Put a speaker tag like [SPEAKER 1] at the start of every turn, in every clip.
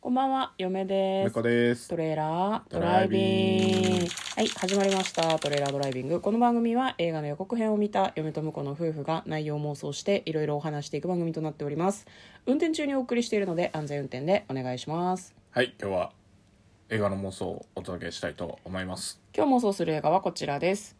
[SPEAKER 1] こんばんは、嫁で
[SPEAKER 2] め
[SPEAKER 1] す
[SPEAKER 2] こ。です
[SPEAKER 1] ト。レーラード
[SPEAKER 2] ド
[SPEAKER 1] ラ
[SPEAKER 2] ラ
[SPEAKER 1] イ
[SPEAKER 2] イ
[SPEAKER 1] ビ
[SPEAKER 2] ビ
[SPEAKER 1] ン
[SPEAKER 2] ン
[SPEAKER 1] グ。はい、始まりました。トレーラードライビング。この番組は映画の予告編を見た嫁と婿の夫婦が内容妄想していろいろお話していく番組となっております。運転中にお送りしているので安全運転でお願いします。
[SPEAKER 2] はい、今日は映画の妄想をお届けしたいと思います。
[SPEAKER 1] 今日妄想する映画はこちらです。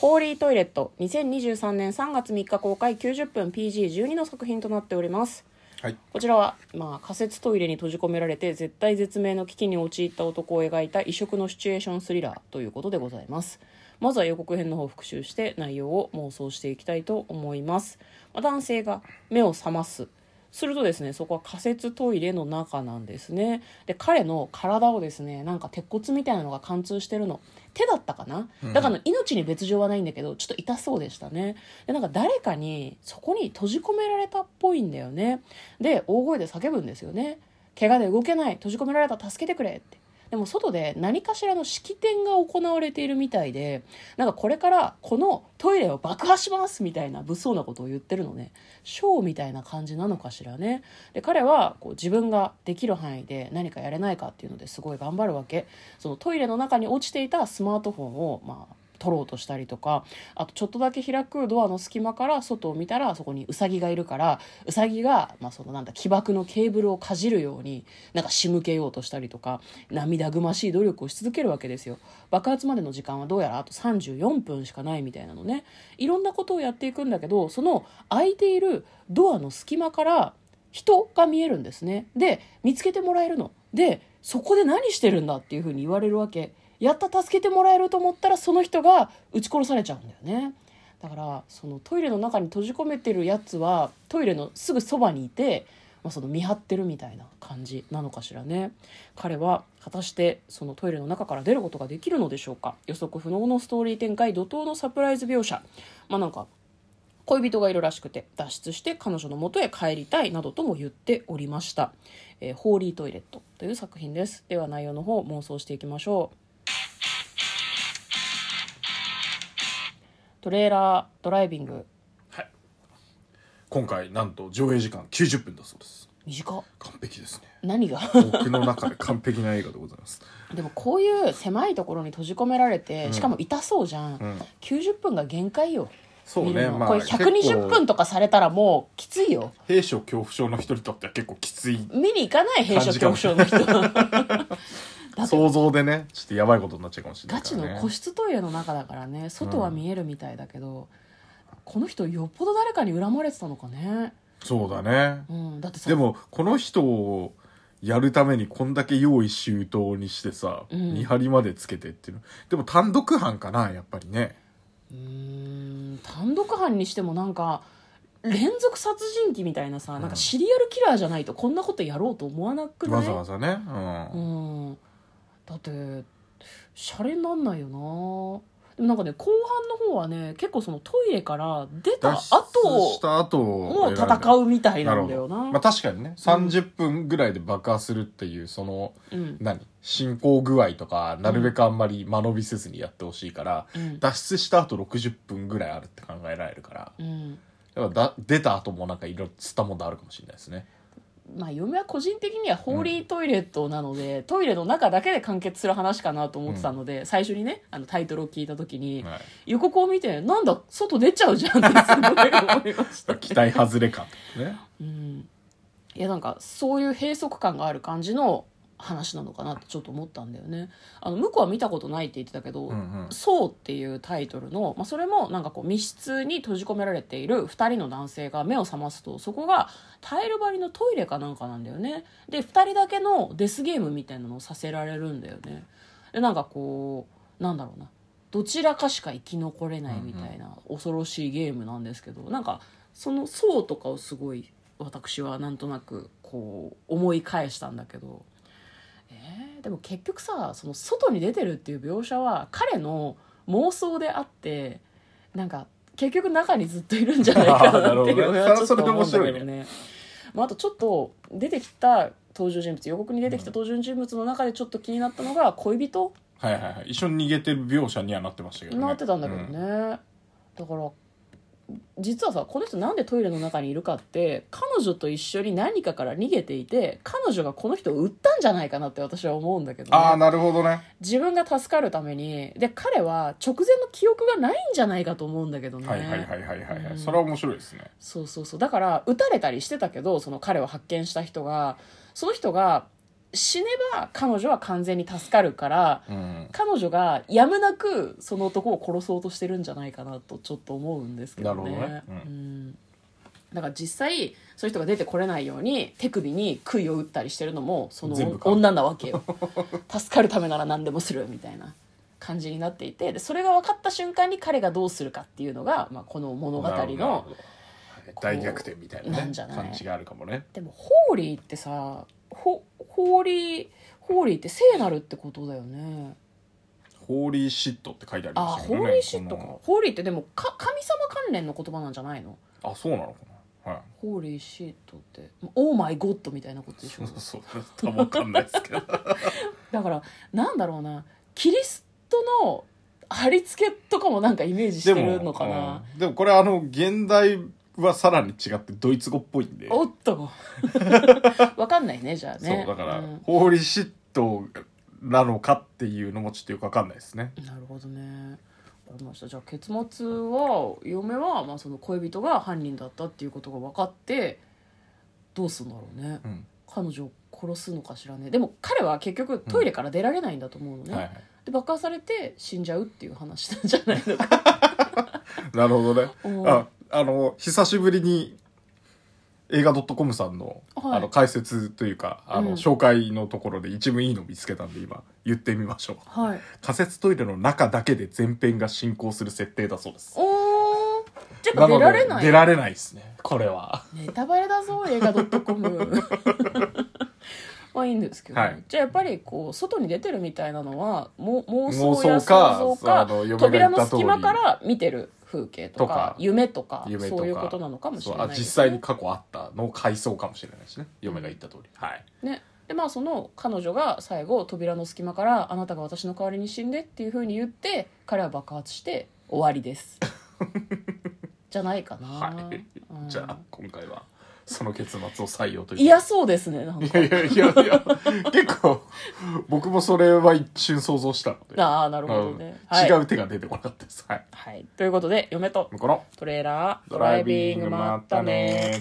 [SPEAKER 1] ホーリートイレット2023年3月3日公開90分 PG12 の作品となっております。
[SPEAKER 2] はい。
[SPEAKER 1] こちらは、まあ、仮設トイレに閉じ込められて絶対絶命の危機に陥った男を描いた異色のシチュエーションスリラーということでございますまずは予告編の方を復習して内容を妄想していきたいと思います、まあ男性が目を覚ますするとですねそこは仮設トイレの中なんですねで彼の体をですねなんか鉄骨みたいなのが貫通してるの手だったかなだから命に別状はないんだけどちょっと痛そうでしたねでなんか誰かにそこに閉じ込められたっぽいんだよねで大声で叫ぶんですよね怪我で動けない閉じ込められた助けてくれってでも外で何かしらの式典が行われているみたいでなんかこれからこのトイレを爆破しますみたいな物騒なことを言ってるのねショーみたいな感じなのかしらねで彼はこう自分ができる範囲で何かやれないかっていうのですごい頑張るわけそのトイレの中に落ちていたスマートフォンをまあ取ろうとしたりとかあとちょっとだけ開くドアの隙間から外を見たらそこにウサギがいるからウサギが、まあ、そのなんだ起爆のケーブルをかじるようになんか仕向けようとしたりとか涙ぐましい努力をし続けるわけですよ爆発までの時間はどうやらあと34分しかないみたいなのねいろんなことをやっていくんだけどその開いているドアの隙間から人が見えるんですねで見つけてもらえるのでそこで何してるんだっていうふうに言われるわけやった助けてもらえると思ったらその人が撃ち殺されちゃうんだよねだからそのトイレの中に閉じ込めてるやつはトイレのすぐそばにいて、まあ、その見張ってるみたいな感じなのかしらね彼は果たしてそのトイレの中から出ることができるのでしょうか予測不能のストーリー展開怒涛のサプライズ描写まあなんか恋人がいるらしくて脱出して彼女の元へ帰りたいなどとも言っておりました「えーホーリートイレット」という作品ですでは内容の方妄想していきましょうトレーラードライビング
[SPEAKER 2] はい。今回なんと上映時間90分だそうです。
[SPEAKER 1] 短っ
[SPEAKER 2] 完璧 ですね。
[SPEAKER 1] 何が
[SPEAKER 2] 僕の中で完璧な映画でございます。
[SPEAKER 1] でもこういう狭いところに閉じ込められてしかも痛そうじゃん、
[SPEAKER 2] うん。
[SPEAKER 1] 90分が限界よ
[SPEAKER 2] そう
[SPEAKER 1] 見る
[SPEAKER 2] ね、
[SPEAKER 1] の
[SPEAKER 2] まあ
[SPEAKER 1] これ120
[SPEAKER 2] 結構
[SPEAKER 1] 分とかされたらもうきついよ
[SPEAKER 2] 兵所恐怖症の人にとっては結構きつい。
[SPEAKER 1] 見に行かない閉所恐怖症の人だって
[SPEAKER 2] 想像でね、ちょっとやばいことになっちゃうかもしれ
[SPEAKER 1] ガ
[SPEAKER 2] ないか
[SPEAKER 1] チ
[SPEAKER 2] ら、ね。
[SPEAKER 1] の個室トイレの中だからね外は見えるみたいだけど、この人よっぽど誰かに恨まれてたのかね、
[SPEAKER 2] そうだね。
[SPEAKER 1] うん、だってさ
[SPEAKER 2] でも、この人をやるためにこんだけ用意周到にしてさ、
[SPEAKER 1] うん
[SPEAKER 2] 見張りまでつけてっていうの。でも単独犯かな、やっぱりね。
[SPEAKER 1] うーん単独犯にしてもなんか連続殺人鬼みたいなさ、なんかシリアルキラーじゃないとこんなことやろうと思わなくない
[SPEAKER 2] わざわざね。
[SPEAKER 1] う
[SPEAKER 2] うん
[SPEAKER 1] んだってシャレになんないよなでもなんかね後半の方はね結構そのトイレから出た
[SPEAKER 2] 脱出し
[SPEAKER 1] 後
[SPEAKER 2] た後
[SPEAKER 1] も
[SPEAKER 2] を
[SPEAKER 1] う
[SPEAKER 2] 選んで
[SPEAKER 1] 戦うみたい
[SPEAKER 2] な
[SPEAKER 1] な
[SPEAKER 2] る
[SPEAKER 1] ん
[SPEAKER 2] ほ
[SPEAKER 1] だ
[SPEAKER 2] ど
[SPEAKER 1] よな
[SPEAKER 2] まあ確かにね30分ぐらいで爆破するっていうその、
[SPEAKER 1] うん
[SPEAKER 2] 何進行具合とかなるべくあんまり間延びせずにやってほしいから、
[SPEAKER 1] うん
[SPEAKER 2] 脱出した後60分ぐらいあるって考えられるから
[SPEAKER 1] うん
[SPEAKER 2] だからだ出た後もなんかいろいろつったもんだあるかもしれないですね
[SPEAKER 1] まあ嫁は個人的にはホーリートイレットなので、トイレの中だけで完結する話かなと思ってたので、最初にねあのタイトルを聞いた時に、
[SPEAKER 2] はい
[SPEAKER 1] 予告を見てなんだ外出ちゃうじゃんってすごい思いました、
[SPEAKER 2] 期待外れ感とかね
[SPEAKER 1] うん、いやなんかそういう閉塞感がある感じの話なのかなってちょっと思ったんだよねあの向こうは見たことないって言ってたけど、
[SPEAKER 2] うんうん
[SPEAKER 1] そうっていうタイトルの、まあ、それもなんかこう密室に閉じ込められている2人の男性が目を覚ますとそこがタイル張りのトイレかなんかなんだよねで2人だけのデスゲームみたいなのをさせられるんだよねでなんかこうなんだろうなどちらかしか生き残れないみたいな恐ろしいゲームなんですけどなんかその層とかをすごい私はなんとなくこう思い返したんだけどえーでも結局さその外に出てるっていう描写は彼の妄想であってなんか結局中にずっといるんじゃないかなっていう
[SPEAKER 2] あーなるほどね
[SPEAKER 1] 俺はちょっと
[SPEAKER 2] それ
[SPEAKER 1] 思うんだ
[SPEAKER 2] それ面白
[SPEAKER 1] けど
[SPEAKER 2] いね
[SPEAKER 1] ね。まあ、あとちょっと出てきた登場人物予告に出てきた登場人物の中でちょっと気になったのが恋人
[SPEAKER 2] はいはいはい一緒に逃げてる描写にはなってましたけどね
[SPEAKER 1] なってたんだけどね、
[SPEAKER 2] うん
[SPEAKER 1] だから実はさこの人なんでトイレの中にいるかって彼女と一緒に何かから逃げていて彼女がこの人を売ったんじゃないかなって私は思うんだけど、
[SPEAKER 2] ああなるほどね
[SPEAKER 1] 自分が助かるためにで彼は直前の記憶がないんじゃないかと思うんだけどね、
[SPEAKER 2] はいはいはいはいはい、は
[SPEAKER 1] う
[SPEAKER 2] い
[SPEAKER 1] ん
[SPEAKER 2] それは面白いですね
[SPEAKER 1] そうそうそうだから撃たれたりしてたけどその彼を発見した人がその人が死ねば彼女は完全に助かるから
[SPEAKER 2] うん
[SPEAKER 1] 彼女がやむなくその男を殺そうとしてるんじゃないかなとちょっと思うんですけどね
[SPEAKER 2] なるほどねうん
[SPEAKER 1] うんだから実際そういう人が出てこれないように手首に杭を打ったりしてるのもその
[SPEAKER 2] 全部か
[SPEAKER 1] 女なわけよ 助かるためなら何でもするみたいな感じになっていてでそれが分かった瞬間に彼がどうするかっていうのが、まあ、この物語
[SPEAKER 2] なるほどなる
[SPEAKER 1] の
[SPEAKER 2] ほど大逆転みたいな,、ね、
[SPEAKER 1] なんじゃない
[SPEAKER 2] 感じがあるかもね
[SPEAKER 1] でもホーリーってさホホーリーホーリーって聖なるってことだよね
[SPEAKER 2] ホーリーシットって書いてあり
[SPEAKER 1] あ
[SPEAKER 2] ます
[SPEAKER 1] ホ
[SPEAKER 2] よね
[SPEAKER 1] ーリーシットか
[SPEAKER 2] この
[SPEAKER 1] ホーリーってでもか神様関連の言葉なんじゃないの
[SPEAKER 2] あそうなのかなはい
[SPEAKER 1] ホーリーシットってオーマイゴッドみたいなことでし
[SPEAKER 2] そ
[SPEAKER 1] ょ
[SPEAKER 2] うそうそうわかんないですけ ど
[SPEAKER 1] だからなんだろうなキリストの貼り付けとかもなんかイメージしてるのかな、
[SPEAKER 2] うんでもこれあの現代はさらに違ってドイツ語っぽいんで
[SPEAKER 1] おっ とわかんないねじゃあね
[SPEAKER 2] そうだから、
[SPEAKER 1] ん
[SPEAKER 2] ホーリーシットなのかっていうのもちょっとよくわかんないですね
[SPEAKER 1] なるほどねわかりましたじゃあ結末は嫁は、まあ、その恋人が犯人だったっていうことが分かってどうするんだろうね
[SPEAKER 2] うん、
[SPEAKER 1] 彼女を殺すのかしらねでも彼は結局トイレから出られないんだと思うのね、
[SPEAKER 2] はいはい
[SPEAKER 1] で爆破されて死んじゃうっていう話なんじゃ ないのか
[SPEAKER 2] なるほどね
[SPEAKER 1] うん
[SPEAKER 2] ああの久しぶりに映画 .com さんの,、
[SPEAKER 1] はい
[SPEAKER 2] あの解説というかあの、
[SPEAKER 1] うん
[SPEAKER 2] 紹介のところで一部いいの見つけたんで今言ってみましょう
[SPEAKER 1] はい
[SPEAKER 2] 仮設トイレの中だけで前編が進行する設定だそうです
[SPEAKER 1] おーじゃあ出られ
[SPEAKER 2] なの
[SPEAKER 1] な
[SPEAKER 2] で
[SPEAKER 1] い
[SPEAKER 2] 出られないですねこれは
[SPEAKER 1] ネタバレだぞ映画 .com まあいいんですけど、
[SPEAKER 2] はい
[SPEAKER 1] じゃあやっぱりこう外に出てるみたいなのはも妄
[SPEAKER 2] 妄
[SPEAKER 1] 想や
[SPEAKER 2] 想
[SPEAKER 1] 想
[SPEAKER 2] か
[SPEAKER 1] 像
[SPEAKER 2] あ
[SPEAKER 1] か
[SPEAKER 2] の嫁が
[SPEAKER 1] 扉
[SPEAKER 2] 言
[SPEAKER 1] の
[SPEAKER 2] った通り
[SPEAKER 1] 隙間から見てる風景とか
[SPEAKER 2] とか
[SPEAKER 1] 夢とか
[SPEAKER 2] 夢とか
[SPEAKER 1] そういうことなのかもしれ
[SPEAKER 2] そ
[SPEAKER 1] な
[SPEAKER 2] う
[SPEAKER 1] いで
[SPEAKER 2] あ
[SPEAKER 1] す、ね、
[SPEAKER 2] 実際に過去あったのを回想かもしれないしね嫁が言った通り、はい
[SPEAKER 1] ねでまあその彼女が最後扉の隙間から「あなたが私の代わりに死んで」っていうふうに言って彼は爆発して終わりです じゃないかな、
[SPEAKER 2] はい
[SPEAKER 1] うん
[SPEAKER 2] じゃあ今回はその結末を採用という
[SPEAKER 1] いやそうですねなん
[SPEAKER 2] い
[SPEAKER 1] か
[SPEAKER 2] やいやいやいや結構僕もそれは一瞬想像したので
[SPEAKER 1] ああなるほどね、
[SPEAKER 2] うん
[SPEAKER 1] はい
[SPEAKER 2] 違う手が出てこなかったですはい
[SPEAKER 1] はい、ということで嫁と
[SPEAKER 2] この
[SPEAKER 1] トレーラード
[SPEAKER 2] ドライビングもあったね